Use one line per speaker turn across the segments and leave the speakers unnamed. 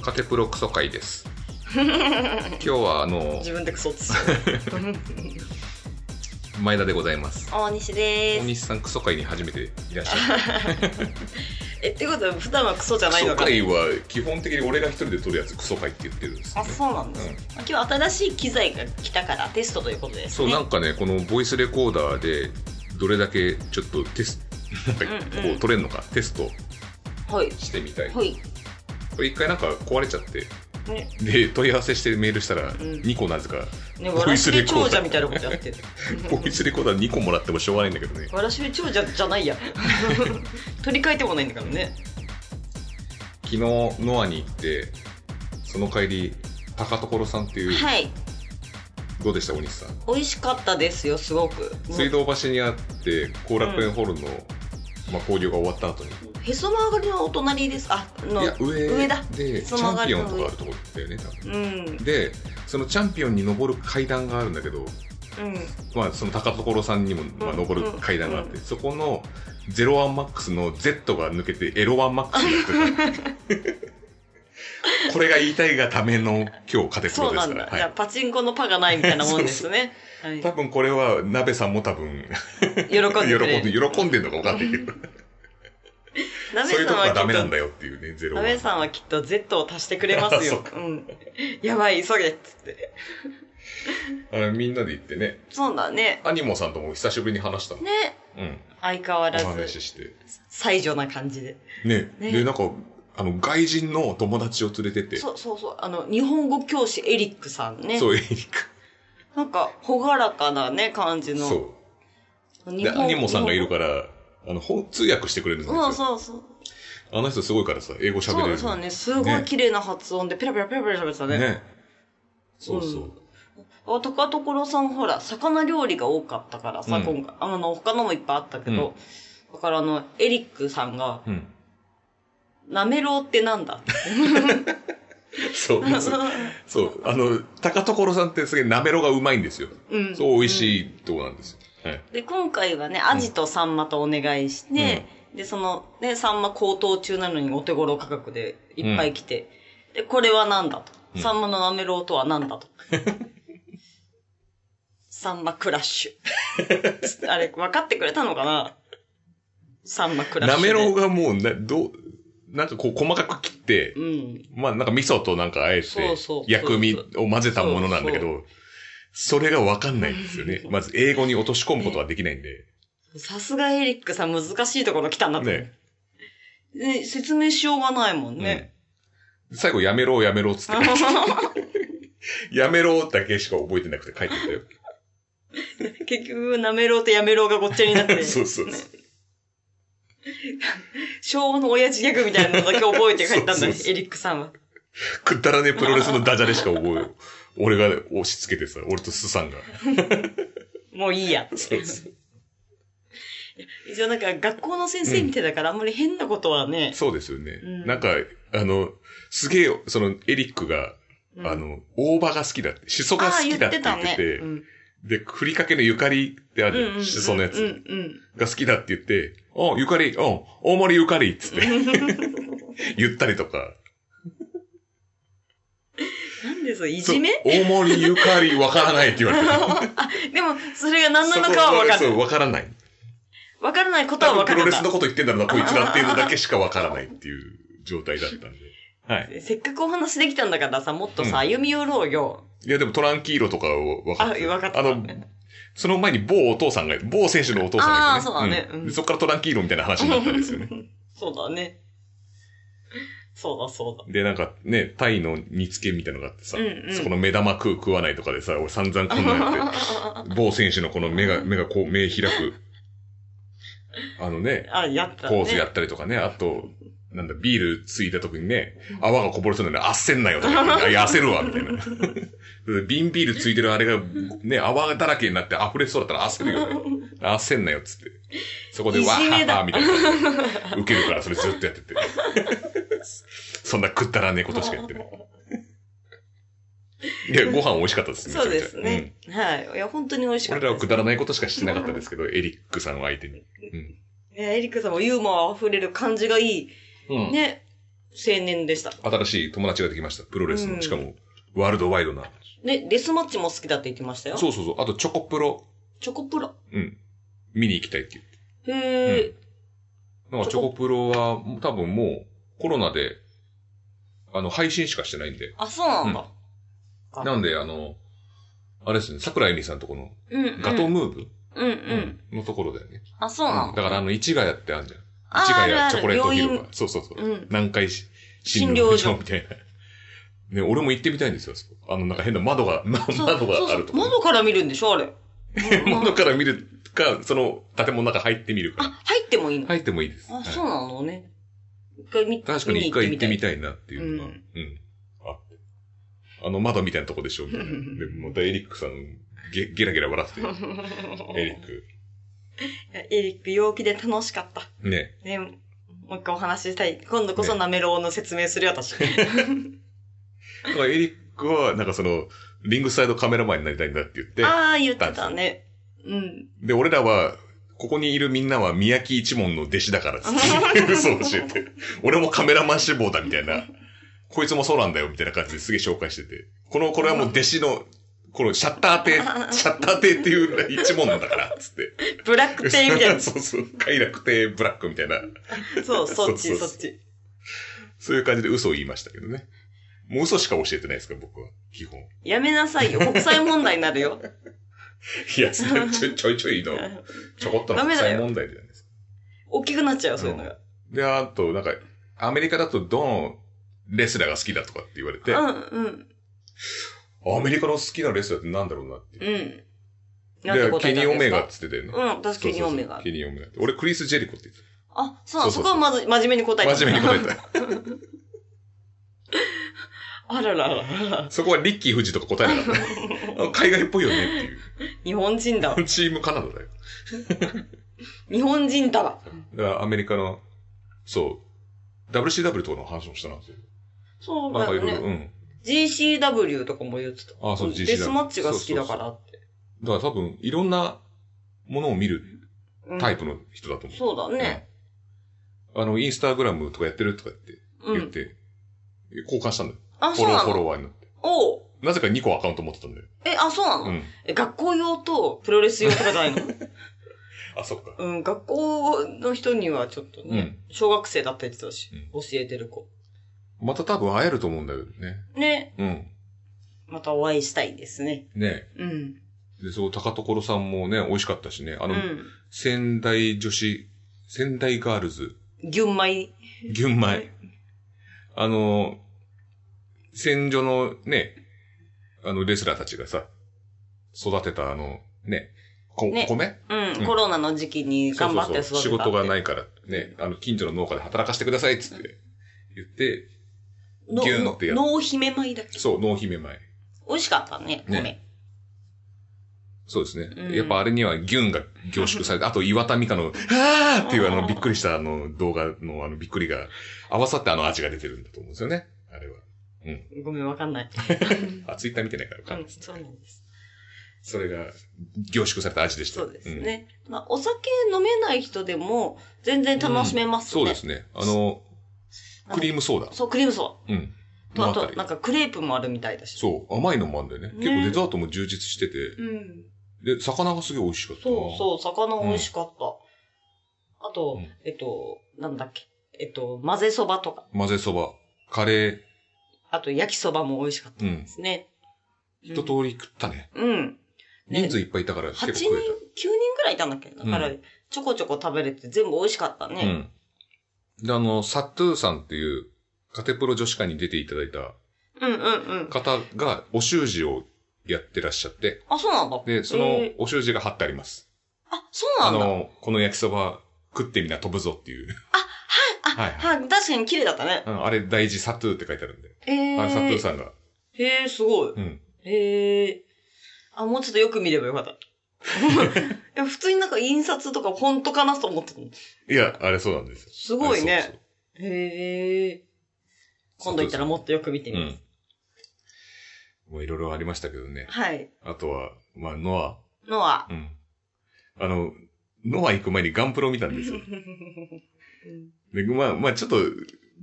カテプロクソ会 です。今日はあの
自分でクソっつ
前田でございます。
大西
大
です
西さんクソ会に初めていらっしゃる。
えってことは普段はクソじゃ
ク
ない
ソ
のか
会は基本的に俺が一人で撮るやつクソ会って言ってるんですよ
あ
ね。
そうなんです、
うん
今日は新しい機材が来たからテストということです
そう
ね
なんかねこのボイスレコーダーでどれだけちょっとテストなんか
うん
こう
う
ん撮れるのかテスト
はい
してみたい。こ
はい
れ一回なんか壊れちゃって
ね
で問い合わせしてメールしたら
ん
2個なぜか
ねわ
ボ
ら
イ
し
ス
べ
レコーダー
長者みたいなことやってる
ボイスレコーダー2個もらってもしょうがないんだけどね。
わらしべ長者じゃな いや取り替えてもないんだからね
昨日ノアに行ってその帰り高所さんっていう、
はい
どうでした大西さん
美味しかったですよすごく
水道橋にあって後楽園ホールの、まあ、交流が終わった後に
へそ曲がりのお隣ですあの
いや上
上だ
でチ
その
ャ
上が
ンピ
り
オ
の
ン
上
とかあるところだよね多分
うん
でそのチャンピオンに登る階段があるんだけど、
うん
まあ、その高所さんにも、まあ、
うん
登る階段があって、
うん
そこの01マックスの Z が抜けてエロワンマックスになって たこれが言いたいがための今日勝てそ
そうう
で
な
す
ん
か
だ、
ら、
じゃあ
は
パチンコのパがないみたいなもんですね
い、多分これは鍋さんも多分
はい、喜んで
喜
くれ
ん
る
で喜んでるのか分かんないけど
なべ
そういうと
さん
こ
は
が
き
ダメな
っ
ん
と
だよっていうね、ゼロ
な
は。
べさんはきっと Z を足してくれます
そ
よ
う。
うん。やばい、急げっつって。
あれみんなで行ってね、
そうだね。
アニモさんとも久しぶりに話したの。
ね。
うん。
相変わら
お
ず、
話しして。
最女な感じで。
ね。
ね
で、なんか、あの、外人の友達を連れてて、
そうそうそう。あの、日本語教師エリックさんね。
そう、エリック。
なんか、ほがらかなね、感じの。
そう。で、アニモさんがいる
ら。
から、あの、ほん通訳してくれるんです
そう
よ。
そうそう。
あの人すごいからさ、英語喋
そ
れる。
うそうだね。すごい綺麗な発音で、ペラペラペラペラ喋ってたね。
ね。そうそうう。
あ高所さんほら、魚料理が多かったからさ、
うん
今回。あの、他のもいっぱいあったけど。だからあの、エリックさんが、
うん。
なめろうってなんだって。
そう。 そう。あの、高所さんってすげえなめろがうまいんですよ。
うん。
そう、美味しいとこなんですよ。はい。
で、今回はね、アジとサンマとお願いして、で、その、ね、サンマ高騰中なのにお手頃価格でいっぱい来て、で、これは何だと。
うん
サンマのなめろうとは何だと。サンマクラッシ ュ。あれ、分かってくれたのかなサンマクラッ
な
シュで。
めろうがもうな、どう、なんかこう細かく切って、
うん。
まあなんか味噌となんかあえ
そう
て
そう、
薬味を混ぜたものなんだけど、それがわかんないんですよね。まず英語に落とし込むことはできないんで。
さすがエリックさん難しいところ来たんだと、
ね。
で説明しようがないもんね。
うん最後やめろやめろっつって、やめろだけしか覚えてなくて書いてたよ。
結局、なめろうとやめろうがごっちゃになって。
そうそうそう。
昭和の親父ギャグみたいなのだけ覚えて帰ったんだ
そう
ね
そう、そう
エリックさんは。
くだらねえプロレスのダジャレしか覚 え、俺が押し付けてさ、俺とスさんが。
もういいやって。
そうそう
一応なんか学校の先生みたいだからあんまり変なことはね。
そうですよね。
うん
なんか、あの、すげえ、その、エリックが、
うん
あの、大葉が好きだって、しそが
あ
好
あ
きだって言ってて、
うん
で、ふりかけのゆかりってあ
うんうんうん
る、しそのや
うんう
つ
ん。
が好きだって言って、あ、ゆかり、うん、大盛りゆかりっつ って言ったりとか。
なんでそれいじめ
そう大盛りゆかりわからないって言われてる。
あ、 でもそれが何なのかはわか
そ
る。
う、わからない。
わからないこと
多
はわ
分
か
プロ
るん
レスの
だ。
こと言ってんだろうな、こいつらっていうのだけしかわからないっていう状態だったんで。はい。
せっかくお話できたんだからさ、もっとさ、
うん
歩み寄ろうよ。
いや、でもトランキーロとかを分かって
あわかった
あの、その前に某お父さんが、某選手のお父さんがいて、ね。
あーそうだねうん
でそこからトランキーロみたいな話になったんです よね。
そうだね。そうだそうだ。
で、なんかね、タイの煮付けみたいのがあってさ、
うんうん
そこの目玉食う食わないとかでさ、俺散々こんなんや って、某選手のこの目が、目がこう、目開く、あのね、
あ、やったね。
ポーズやったりとかね、あと、なんだ、ビールついた時にね、泡がこぼれそうなのに、焦んなよとか言って、いや、焦るわ、みたいな。 瓶ビールついてるあれが、ね、泡だらけになって溢れそうだったら 焦るよね。焦んなよ、っつって。そこで、
い
わ
じめ
は
だ
はみたいな。受けるから、それずっとやってて。そんなくったらねえことしかやって ない。いや、ご飯美味しかったです
そうです
めちゃめちゃ
ね。はい。いや、本当に美味し
うん俺
かった
らは
です
くだらないことしかしてなかったですけど、エリックさんを相手に。うん
ねエリックさんもユーモア溢れる感じがいい。
うん。
ね。青年でした。
新しい友達ができました。プロレスの。
うん
しかも、ワールドワイドな。
で、デスマッチも好きだって言ってましたよ。
そうそうそう。あと、チョコプロ、
チョコプロ。
うん。見に行きたいって言って。
へえ、
なんか、チョコプロは、もう多分もう、コロナで、あの、配信しかしてないんで。
あ、そうなんだ。あ
なんで、あの、あれですね、桜井美里さんとこの、
うん、うん。
ガトームーブ、
うんうん。
のところだよね。
あ、そうなんだ。
だから、あの、市ヶ谷ってあるじゃん。
あ
市ヶ
あるあ
谷
る
チョコレート広
病
場。そうそうそう。
うん
南海し
診療所
みたいな。ね、俺も行ってみたいんですよ、あそこあの、なんか変な窓が、ま
そう
窓があると
そうそう
こ。
窓から見るんでしょあれ。
窓から見るか、その建物の中入ってみる
あ、
か。
入ってもいいの、
入ってもいいです。
あ、
はい
そうなのね。一回見
確かに一回行ってみ
い。
たいなっていうのが、
う
うんん。あって。あの窓みたいなとこでしょ、みたいな。で、もうエリックさん、ゲゲラゲラ笑 って、 エリック。
エリック、陽気で楽しかった。
ね。
ね、もう一回お話ししたい。今度こそなめろうの説明するよ、私。
だからエリックは、なんかその、リングサイドカメラマンになりたいんだって言って、
ああ、言ってたね。うん。
で、俺らは、ここにいるみんなは宮城一門の弟子だからっつって 嘘を教えて。俺もカメラマン志望だみたいな。こいつもそうなんだよみたいな感じですげえ紹介してて。この、これはもう弟子の、このシャッター亭、シャッター亭っていう一門なんだから、つって。
ブラック店みたいな。
そうそう。快楽亭、ブラックみたいな。
そう、そっ
そ
ち、
うそ
そうっち。
そういう感じで嘘を言いましたけどね。もう嘘しか教えてないですから、僕は。基本。
やめなさいよ。国際問題になるよ。
いや、それちょちょいちょいの、ちょこっとの
ダメ
国
だよ
際問題じゃないですか。
大きくなっちゃうよ、そういうのが。
で、あと、なんか、アメリカだとどのレスラーが好きだとかって言われて、
うん、うん、
アメリカの好きなレスラーってなんだろうなって。
うん。なんて
で、
答
ケ
え
ニ
た
ー・オ
ん
メ
です
ガっ
か
つってたよね。
うん、確かにオ
そ
メ
うそうそ
ガ
う。ケニー・オメガって。俺、クリス・ジェリコって言って
あ、そうなの、
そそうそう
そうこはまず真面目に答え
た。
た。
真面目に答えた。
あらららら。
そこはリッキー・フジとか答えなかった。 あ海外っぽいよねっていう。
日本人だわ。
チームカナダだよ。
日本人だわ。
だからアメリカの、そう、WCW とかの話もしたなんですよ。
そう
なん
だ
かい
よ
ろいろ、
ね。
うん。
GCW とかも言ってた。
あそう GCW
デスマッチが好きだからって。
だから多分、いろんなものを見る
うん
タイプの人だと思う。
そうだね。
うん。あの、インスタグラムとかやってるとかって
う
言っ
ん。
て、交換したんだよ。
あ、
フ
そ
ォ
う
ロー
な
フォ
の
ロワーになって。
おう。
なぜか2個アカウント持ってたんだよ。
え、あ、そうな
う
の
ん。
え、学校用とプロレス用とかじゃないの
あ、そっか。
うん、学校の人にはちょっとね、小学生だったりって言ってたし、教えてる子。
また多分会えると思うんだけどね。
ね、
うん。
またお会いしたいですね。
ね
うん。
で、そう、高所さんもね、美味しかったしね。あ
う
の、
ん。
仙台女子、仙台ガールズ、
牛米。
純米。あの、戦場のね、あの、レスラーたちがさ、育てたあの、ね、こ
ね
米
うん、
うん
コロナの時期に頑張って育てた。
そうそうそう仕事がないいから、ね、あの、近所の農家で働かせてくださいっつって言って、
の
牛のってやつ
の姫米だっけ
そう、農姫前。
美味しかったね、米。
ねそうですね。
うん
やっぱあれには牛が凝縮されて、あと岩田美香の、あーっていうあの、びっくりしたあの、動画のあの、びっくりが、合わさってあの味が出てるんだと思うんですよね。あれは。
ごめん、わか んない。
あ、ツイッター見てないからわかん
う
ない
ん、そうなんです。
それが、凝縮された味でした。
そうですね。まあ、お酒飲めない人でも、全
う
然
ん。
楽しめますね。
そうですね。あの、クリームソーダ。
そう、クリームソ
うん。
ーダ。
の
と、あ
あ
と、
た
なん
り
かクレープもあるみたいだし。
そう、甘いのもあるんだよね。
ね
結構デザートも充実してて、
うん。
で、魚がすげえ美味しかったな。
そうそう、魚美味しかった。あと、
うん
えっと、なんだっけ。えっと、混ぜそばとか、
混ぜそば、カレ
あと焼きそばも美味しかったですね。
ー、一通り食ったね。
うん。ね
人数いっぱいいたから結
8
構
人、
食
9
え
人ぐらいいたんだっけだから、
う
ちょこちょこ食べれて全部美味しかっ
た。
た
う
ね。
ん。で、あの、サトゥーさんっていう、カテプロ女子会に出ていただいた
うん、うん、うん。
方が、お習字をやってらっしゃって、
あ、そうなんだ。
で、そ
え
の
ー、
お習字が貼ってあります。
あ、そう
あ
なんだ。は
の、この焼きそば食ってみんな飛ぶぞっていう。
あ、は
はいいは
確かに綺麗だったね。
うんあれ、大事サトゥーって書いてあるんで。
えー、
あれ、サトゥーさんが。
へえ、すごい。
うん。
へえ。あ、もうちょっとよく見ればよか った。いや普通になんか印刷とかフォントかなと思ってたの。
いや、あれそうなんですよ。
すごいね
あれそうそう
へえ。今度行ったらもっとよく見てみます。
うん。もういろいろありましたけどね。
はい。
あとは、まあ、ノ
のは
ア。。うん。あの、ノア行く前にガンプロ見たんですよ。で、まあ、まあ、ちょっと、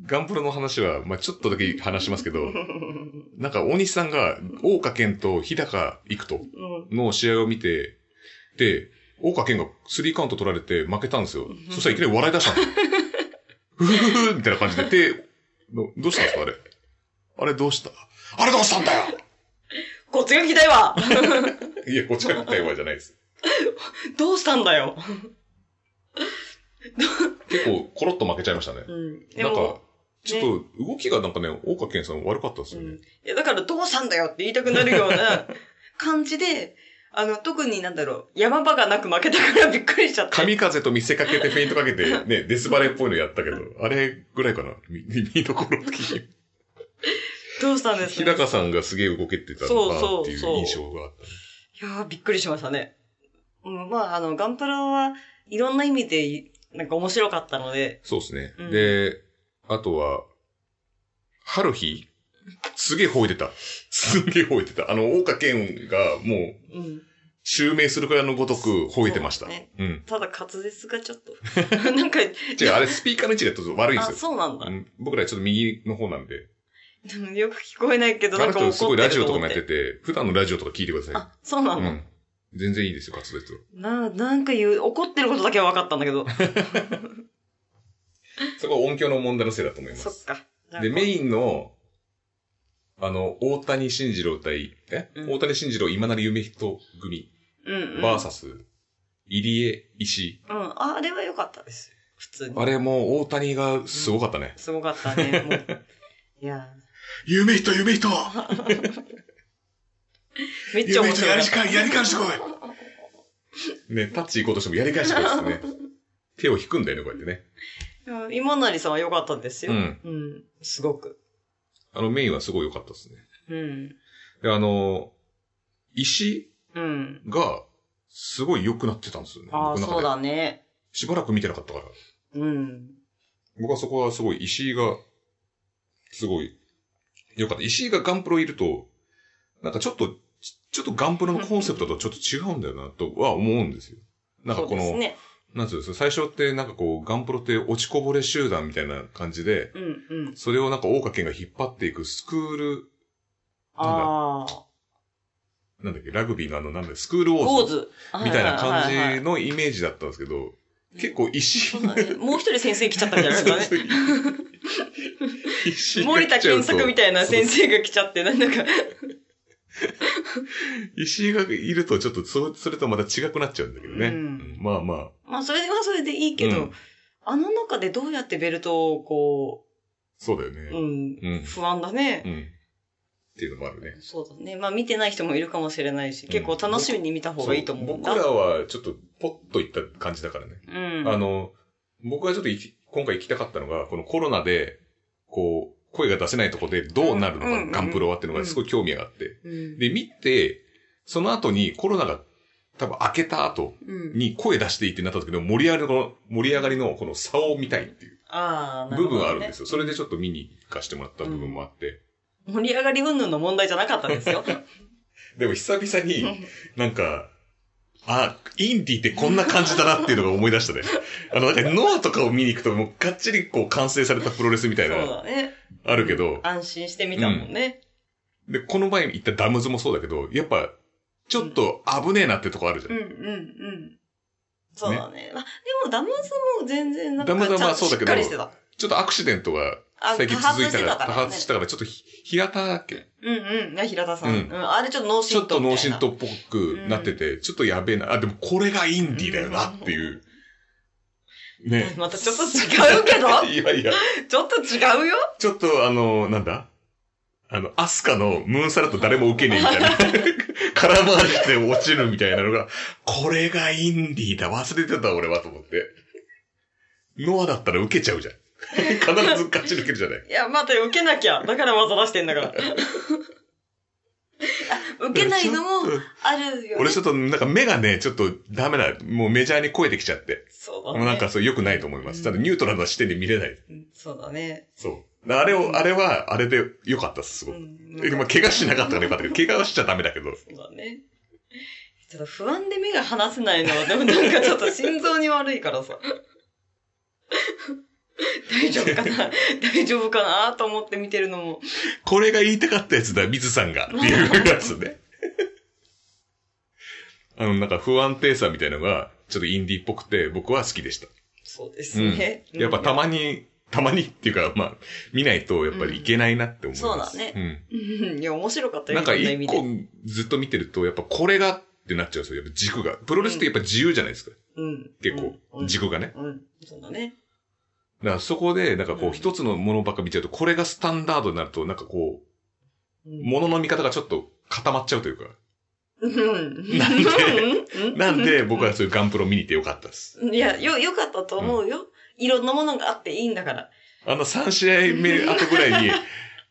ガンプラの話は、まあちょっとだけ話しますけど、なんか大西さんが、大岡健と日高育人
うん
の試合を見て、で、大岡健が3カウント取られて負けたんですよ。そしたらいきなり笑い出したの。ふふふみたいな感じで、手、どどうしたんですかあれ。あれどうしたあれどうしたんだよ
こっちが聞きたいわ
いや、こっちが言ったわじゃないです。
どうしたんだよ。
結構、コロッと負けちゃいましたね。
うん。で
なん
も
か、、ちょっと、動きがなんかね、大岡健さん悪かったです
う
よね
ん。。いや、だからどうしたんだよって言いたくなるような感じで、あの、特になんだろう、山場がなく負けたからびっくりしちゃった。
神風と見せかけてフェイントかけて、ね、デスバレーっぽいのやったけど、あれぐらいかな。み 見どころ的に。
どうしたんです
日
か
高さんがすげえ動けてたのかなっていう印象があった。
いやー、びっくりしましたね。うん、まあ、あの、ガンプラはいろんな意味でい、なんか面白かったので、
そうですね。
うん
で、あとは、春日すげえ吠えてた。すげえ吠えてた。あの、大岡健がもう、
うん。
襲名するくらいのごとく吠えてました。う
そうね
ん。
ただ滑舌がちょっと、 なんか、
違う、あれスピーカーの位置がちょっと悪いん
あ、
ですよ。
そうなんだ
う。ん僕らちょっと右の方なんで。
でもよく聞こえないけど、
あ
な
の
んか
人
怒
すご
っ
い
て
ラ
る
ジオ
と
と
思
か
っ
もやって
て。
て、普段のラジオとか聞いてください。
あ、そうな
う
の、
ん。全然いいですよ、活動
な、なんか言う、怒ってることだけは分かったんだけ ど。
そこは音響の問題のせいだと思いま
そっ
す。
か。
で、メ
ン。
インの、あの、大谷慎二郎対、え、
うん
大谷慎二郎今成夢人組、
うん、うん。
バーサス、入江、石。
うん。あ、あれは良かったです。普通に。
あれも大谷がすごかったね。
すごかっ たね。もういや
夢人、夢人
ー、めっちゃ面白かった。
返、やり返してこいね、タッチ行こうとしてもやり返してこいですね。手を引くんだよね、こうやってね。
うん今成さんは良かったですよ。
うん。
うん。すごく。
あのメインはすごい良かったですね。
うん。
で、あの、石
うん。
が、すごい良くなってたんですよね。
ああ、
僕の中
そ
で
うだね。
しばらく見てなかったから。
うん。
僕はそこはすごい、石井が、すごい、良かった。石井がガンプロいると、なんかちょっと、ちちょっとガンプロのコンセプトとちょっと違うんだよな、とは思うんですよ。なんかこ
そうです
の、
ね。
なんつうんですか、最初ってなんかこう、ガンプロって落ちこぼれ集団みたいな感じで、
うんうん。
それをなんか大岡県が引っ張っていくスクール、
ああ。
なんだっけ、ラグビーのあの、なんだっけスクールウォ
坊
ーズ
主。
みたいな感
ははは
じ
い
のイメージだったんですけど、結構石
そ
井
うだねもう一人先生来ちゃったんじゃな いですかね。
石井が
森田
来ちゃう
健
と
作みたいな先生が来ちゃって、なんだか、
石井がいるとちょっとそそれとまた違くなっちゃうんだけどね。
うん
うんまあまあ。
まあそれはそれでいいけど、
うん
あの中でどうやってベルトをこ
そうだよ
う、う
ね。う
ん、
ん。
不安だね
う。ん。っていうのもあるね。
そうだね。まあ見てない人もいるかもしれないし、結構楽しみに見た方がいいと思うんだ。
そう僕らはちょっとポッといった感じだからね。
うん。
あの、僕がちょっと行き今回行きたかったのが、このコロナで、こう、声が出せないとこでどうなるのか、
うんうん
ガンプロはっていうのがすごい興味があって。
うん、
で、見て、その後にコロナが多分明けた後
うん。
に声出していいってなった時の盛り上がりの、盛り上がりのこの差を見たいっていう。
ああ、なる
部
ほど、ね。
分あるんですよ。それでちょっと見に行かしてもらった部分もあって。
盛り上がり云々の問題じゃなかった んですよ。
でも久々 になんか、あ、インディーってこんな感じだなっていうのが思い出した ね。あの、なんかノアとかを見に行くともうがっちりこう完成されたプロレスみたい
そう
な、
だね。
あるけど、
安心してみたもんね。
で、この前行ったダムズもそうだけど、やっぱ、ちょっと危ねえなってとこあるじゃ。
うんんうんうん。そうだね。あでもダムズも全然なんか
ダムズはまあ
ちゃん
そ
と
うだけど
しっかりしてた。
ちょっとアクシデントが
あ
最近続いたから、
多
多
発
発
し
してたから、ちょっとひ平田だっけ
うんうん。ね、平田さん。う
うん
ん。あれちょっと脳
ち
震
ょっ
盪
と
み
脳
たい
震
な。
盪っぽくなってて、ちょっとやべえな。あ、でもこれがインディーだよなっていう。ね。
またちょっと違うけど
いやいや、
ちょっと違うよ
ちょっとあの、なんだあの、アスカのムーンサラット誰も受けねえみたい な。空回りして落ちるみたいなのが、これがインディーだ。忘れてた俺はと思って。ノアだったら受けちゃう じゃん。必ず勝ち抜けるじゃない。
いや、待って、受けなきゃ。だから技出してん だから。あ受けないのも
ちょっと
あるよ、ね。
俺ちょっとなんか目がね、ちょっとダメだ。もうメジャーに超えてきちゃって。
そうだね。
もうなんかそう良くないと思います。ただニュートラルな視点で見れない。
うんそうだね。
そう。あれを、あれは、あれで良かったです、す
う
ごく。
ん
えまあ、怪我しなかったから良かったけど、怪我はしちゃダメだけど。
そうだね。ちょっと不安で目が離せないのは、でもなんかちょっと心臓に悪いからさ。大丈夫かな大丈夫かなと思って見てるのも。
これが言いたかったやつだ、水さんが。っていうやつ ね。あの、なんか不安定さみたいのが、ちょっとインディーっぽくて、僕は好きでした。
そうですね。
やっぱたまに、たまにっていうか、まあ、見ないとやっぱりいけないなって思います。
うんそうだね
うん。
うん。いや、面白かったよ
なんか
いろんな意
一
味
個
で。
ずっと見てると、やっぱこれがってなっちゃうんですよ。やっぱ軸が。プロレスってやっぱ自由じゃないですか。
うん。
結
う
構、
ん
軸がね。
うん。そうだね。
だからそこで、なんかこう
う
ん一つのものばっか見ちゃうと、これがスタンダードになると、なんかこ
うん
う、ものの見方がちょっと固まっちゃうと いうか。
うん
なん
うん
なんで僕はそういうガンプロ見に行ってよかったです。
いや、よ、良かったと思うよ。いろんなものがあっていいんだから。
あの3試合目後ぐらいに、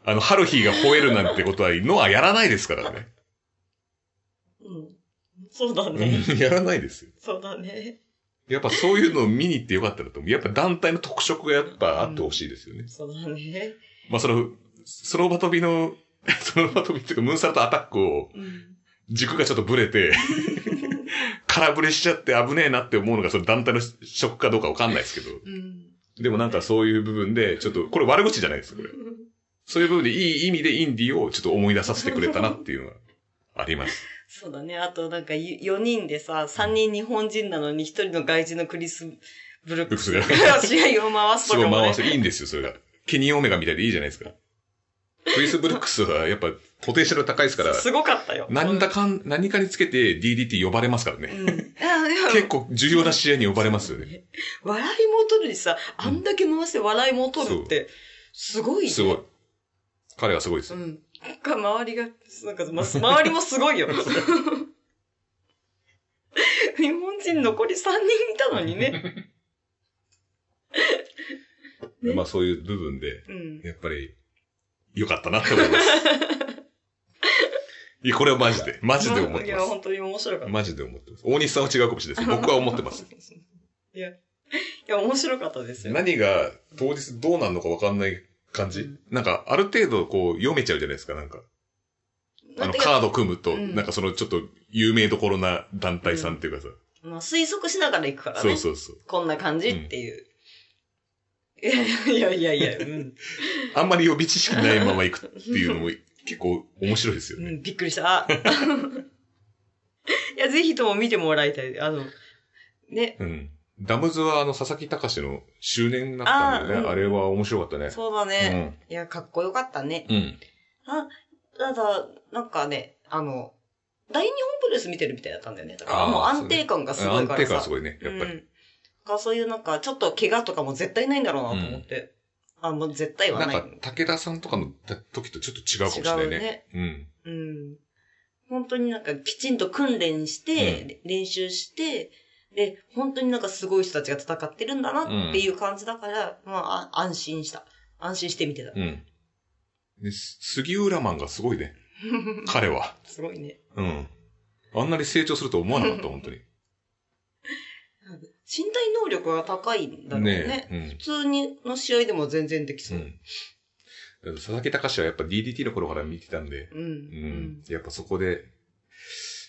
あの、ハルヒーが吠えるなんてことは、のはやらないですからね。
うん。そうだね。
うん やらないですよ。
そうだね。
やっぱそういうのを見に行ってよかったなと思う。やっぱ団体の特色がやっぱあってほしいですよね。
そうだね。
まあその、スローバ飛びの、 スローバ飛びっていうか、ムーンサルトアタックを、
うん。
軸がちょっとブレ て、空振れしちゃって危ねえなって思うのが、その団体の職かどうかわかんないですけど。
うん。
でもなんかそういう部分で、ちょっと、これ悪口じゃないですよ、これ。そういう部分でいい意味でインディーをちょっと思い出させてくれたなっていうのはあります。
そうだね。あとなんか4人でさ、3人日本人なのに1人の外人のクリス・ブルックスが
ブル
試合を回す
す
と
ごい
かも、ね
回。していいんですよ、それが。ケニーオメガみたいでいいじゃないですか。クリス・ブルックスはやっぱポテンシャル高いですから、
すごかったよ。
何だかん、何かにつけて DDT 呼ばれますから
う
ね。
ん。あでも
結構重要な試合に呼ばれますよね。
笑いも取るにさ、あんだけ回して笑いも取るって、すごいね。
すごい。彼はすごいです
う。ん。なんか周りが、なんか、ま、周りもすごいよ。日本人残り3人いたのにね。ね
まあそういう部分で、
うん。
やっぱり良かったなって思い ます。いや、これはマジで、マジで思っ
い
て
や、
ま
本当に面白か
す。
った。
マジで思ってます。大西さんは違うかもしれないです。 僕は思ってます。。
いや、いや、面白かったですよ。
何が当日どうなるのか分かんない感じ、
うん
なんか、ある程度こう読めちゃうじゃないですか、なんか。あ
なん
の、
ていう
カ
か
ード組むと、
うん
なんかそのちょっと有名どころな団体さんっていうかさ。
まあ、推測しながら行くからね。
そうそうそう。
こんな感じっていう。いやいやいやいや、うん。
あんまり予備知識ないまま行くっていうのも結構面白いですよ
う
ね。
ん、びっくりした。あいや、ぜひとも見てもらいたい。あの、ね、
うん。ダムズはあの、佐々木隆の周年だったんだよね。
あーうん
あれは面白かったね。
そうだね。いや、かっこよかったね。
うん。うん。
ただ、なんかね、あの、大日本プロレス見てるみたいだったんだよね。だか
あ
ら
ー
もう安定感がすごい
安
か
定
ら
感
さ。
すごいね、やっぱり。
うん。だからそういうなんか、ちょっと怪我とかも絶対ないんだろうなと思って。あ、もう絶対は
なん
ない。
か、武田さんとかの時とちょっと違うかもしれないね。うん。
うん。本当になんかきちんと訓練して、
うん
れ練習して、で、本当になんかすごい人たちが戦ってるんだなっていう感じだから、まああ、安心した。安心して見てた。
うん。で、す杉浦マンがすごい ね。彼は。
すごいね。
うん。あんなに成長すると思わなかった、本当に。
身体能力が高い んだろうね。
ねえうん
普通にの試合でも全然でき
う
そう。
ん。佐々木隆はやっぱ DDT の頃から見てたんで、
うん。う
うん
ん。。
やっぱそこで、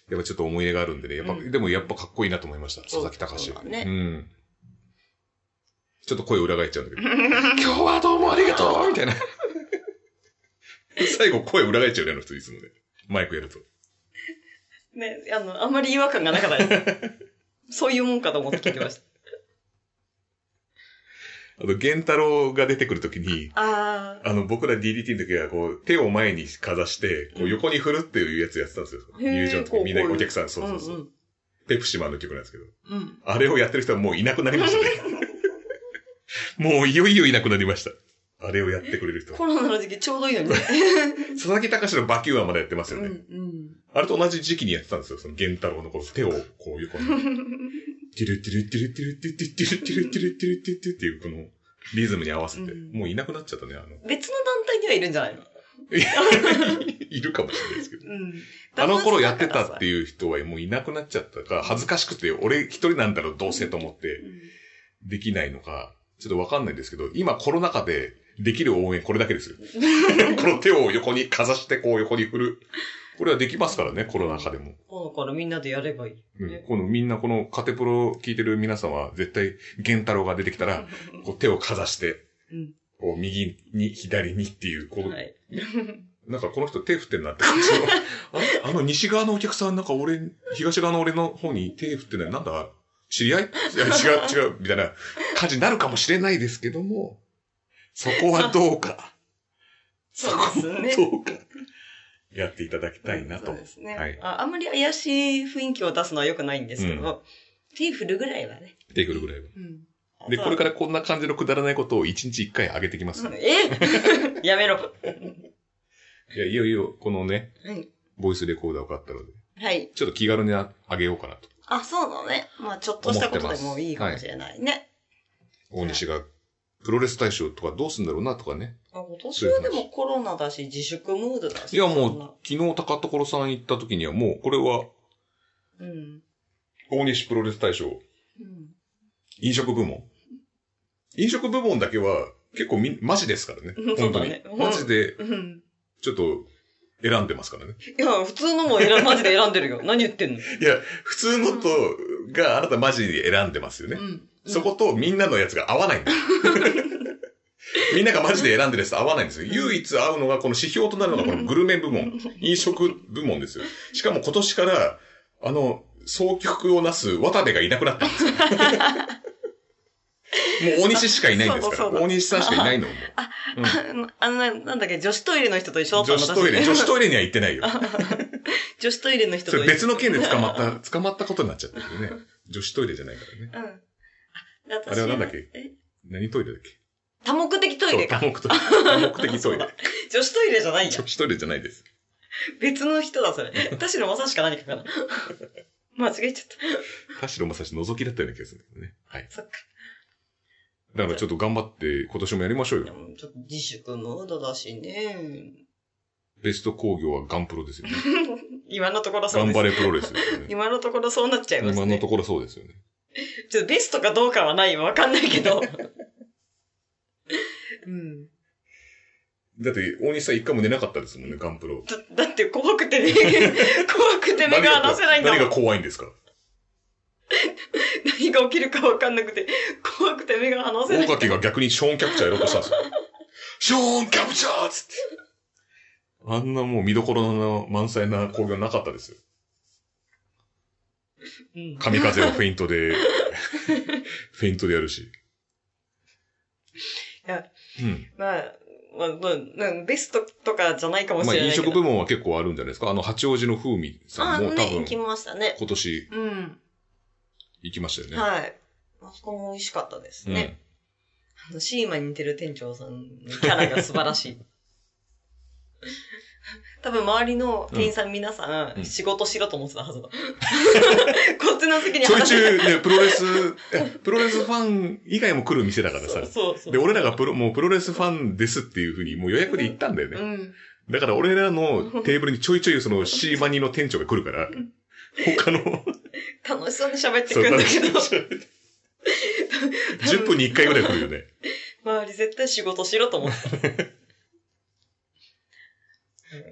やっぱちょっと思い入れがあるんでね。やっぱ、
うん
でもやっぱかっこいいなと思いました、佐
そう
々木隆は。
そうだね
うん。ちょっと声裏返っちゃうんだけど。今日はどうもありがとうみたいな。 最後声裏返っちゃうね、あの人いつもね。マイクやると。
ね、あの、あんまり違和感がなかった です。そういうもんかと思って聞いてました。
あと、源太郎が出てくるときに、
あ
あの、僕ら DDT の時は、こう、手を前にかざして、こう、横に振るっていうやつやってたんですよ。
へー
入場の時
こう
みんな
こう
お客さん、
あ。
そうそうそう。
ん
ペプシマンの曲なんですけど。
うん。うん。
あれをやってる人はもういなくなりましたね。もういよいよいなくなりました。あれをやってくれる人。
コロナの時期ちょうどいいよね。
佐々木隆のバキューはまだやってます
う
よ
ん
ね。
うん。
あれと同じ時期にやってたんですよ。その源太郎のこの手をこう横に。ティルティルティルティルティルティルティルティルティルティルティルっていうこのリズムに合わせて。
うん
もういなくなっちゃったね、あの。
別の団体にはいるんじゃないの
いやいるかもしれないですけど。
うん。
あの頃やってたって
い
いう人はもういなくなっちゃったか、恥ずかしくて、俺一人なんだろう、どうせと思って、
う。
できないのか、ちょっとわかんないですけど、今コロナ禍でできる応援これだけです よ。この手を横にかざして、こう横に振る。これはできますからね、コロナ禍でも。
今度からみんなでやればいい。
うん
ね
このみんなこのカテプロ聞いてる皆さんは絶対、源太郎が出てきたら、こう手をかざして、
ううん
こう右に左にっていう、こう、
はい。
なんかこの人手振ってんなって感じ の。ああの西側のお客さん、なんか俺、東側の俺の方に手振ってない。なんだ知り合い いや、違う、違う、みたいな感じになるかもしれないですけども、そこはどうか。
そうですね。
どうか。やっていただきたいなと。
そうですね。
はい
ああんまり怪しい雰囲気を出すのは良くないんですけど、手振るぐらいはね。
出てくるぐらいは。
うん。
で、これかららこんな感じのくだらないことを1日1回上げてきます。
うんえ やめろ。
いや、いよいよ、このね、
はい
ボイスレコーダーを買ったので、
はい。
ちょっと気軽にあ上げようかなと。
あ、そうだね。まあ、ちょっとしたことでもいいかもしれないね。
大西が、プロレス大賞とかどうすんだろうなとかね。
まあ今年はでもコロナだし、自粛ムードだし。
いや
そんな
もう、昨日高所さん行った時にはもう、これは、
うん。
大西プロレス大賞、
うん。
飲食部門。飲食部門だけは、結構み、マジですからね
う。ん
本当
そうだ
に。
ねうん
マジで、
うん。
ちょっと、選んでますからね。
いや、普通のも選ん、マジで選ん でるよ。何言ってんの
いや、普通のと、があなたマジで選んでますよね。
うん。
そことみんなのやつが合わ ないんだよ。みんながマジで選んでるやつと合わないんですよ。唯一合うのが、この指標となるのがこのグルメ部 門、飲食部門ですよ。しかも今年から、あの、総局をなす渡部がいなくなったんです よ。もう大西しかいないんですか
そうだそう
ら。
だ
大西さんしかいないの。も
うん。あの、ななんだっけ、女子トイレの人と一緒だ
う
ったの
女子 トイレ、
私
女子トイレには行ってないよ。
女子トイレの人
そ
と一緒
れ別の件で捕まった、捕まったことになっちゃったけ どね。女子トイレじゃないからね。
うん。あで私
あれはなんだっけ
え
何トイレだっけ
多目的トイレか。
そう多目的、多目的 トイレ。
女子トイレじゃないや
女。子トイレじゃないです。
別の人だ、 それ。田代正しか何かかな。 間違えちゃっ
田代正史覗きだったような気がするんだけどね。はい
た。。そっか。
だからちょっと頑張って今年もやりましょう
で
よ。
もちょっと自粛ムードだしね。
ベスト工業はガンプロです よね。
今のところそう
頑
で
張。れ
す
プロレスですよね。
今のところそうなっちゃいます
今
ね
の。ところそうですよね。
ちょっとベストかどうかはない、わかんないけど。うん。
だって、大西さん一回も寝なかったですもんね、ガンプロ。
だ、だって怖く てね、怖くて目が離せないんだもん。
何が怖いんですか
何が起きるかわかんなくて、怖くて目が離せな
大
い。
垣が逆にショーンキャプチャーやろうとしたんですよ。ショーンキャプチャーっつって。あんなもう見どころの満載な工業なかったですよ。
うん
神風をフェイント で、フェイントでやるし。
や
うん。
まあ、まあ、まあなん、ベストとかじゃないかもし
まあ
れない
飲
けど。
食部門は結構あるんじゃないですか。あの、八王子の風味さ
あ
んも多
ね、行
分、
きましたね。
今年
うん。
行きましたよね。
はい。あそこも美味しかったですね。あの、シーマに似てる店長さんのキャラが素晴ら しい。多分周りの店員さん皆さ
うんん
仕事しろと思ってた はずだ。こっちの席
うん。
に
ちょい
話
ち
し
ょいね、プロレス、 プロレスファン以外も来る店だからさ
そう。そうそう。
で、俺らがプロ、もうプロレスファンですっていうふうに、もう予約で行ったんだよ
う
ね。
ん。
だから俺らのテーブルにちょいちょいそのシーマニの店長が来るから、他の、
楽しそうに喋って
そ
くん
う
だ
だ
けど、
10分に1回ぐらい来るよね。
周り絶対仕事しろと思ってた。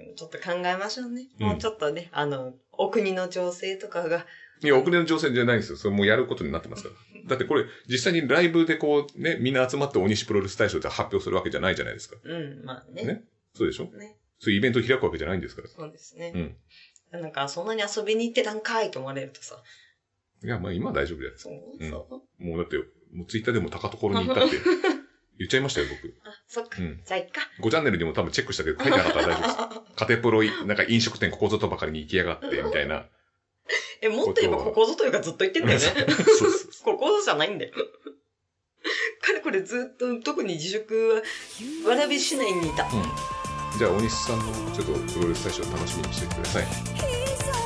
うんちょっと考えましょうね。
うん
もうちょっとね、あの、お国の情勢とかが、
いや、遅れの乗船じゃないんですよ。それもうやることになってますから。だってこれ、実際にライブでこう、ね、みんな集まって大西プロレス大賞って発表するわけじゃないじゃないですか。
うん、まあね。
ねそうでしょ
ね
そういうイベントを開くわけじゃないんですから。
そうですね。なんか、そんなに遊びに行ってたんかいと思われるとさ、
いや、まあ今は大丈夫じゃないです
そう
うん
そう。
か。もうだって、もうツイッターでも高所に行 ったって言っちゃいましたよ、僕。
あ、そっか。
うん
じゃあ、いっか。
5チャンネルにも多分チェックしたけど書いてなかったら大丈夫です。カテプロい、なんか飲食店ここぞとばかりに行きやがって、みたいな。
え、もっと言えば
こ
こと
は
こぞというかずっと言ってんだよ ね。
そうそう
ここぞじゃないんだよ。かれこれずっと、特に自粛は、わらび市内にいた。
うん。じゃあ、大西さんのちょっとプロレス大賞楽しみにしてください。
He's a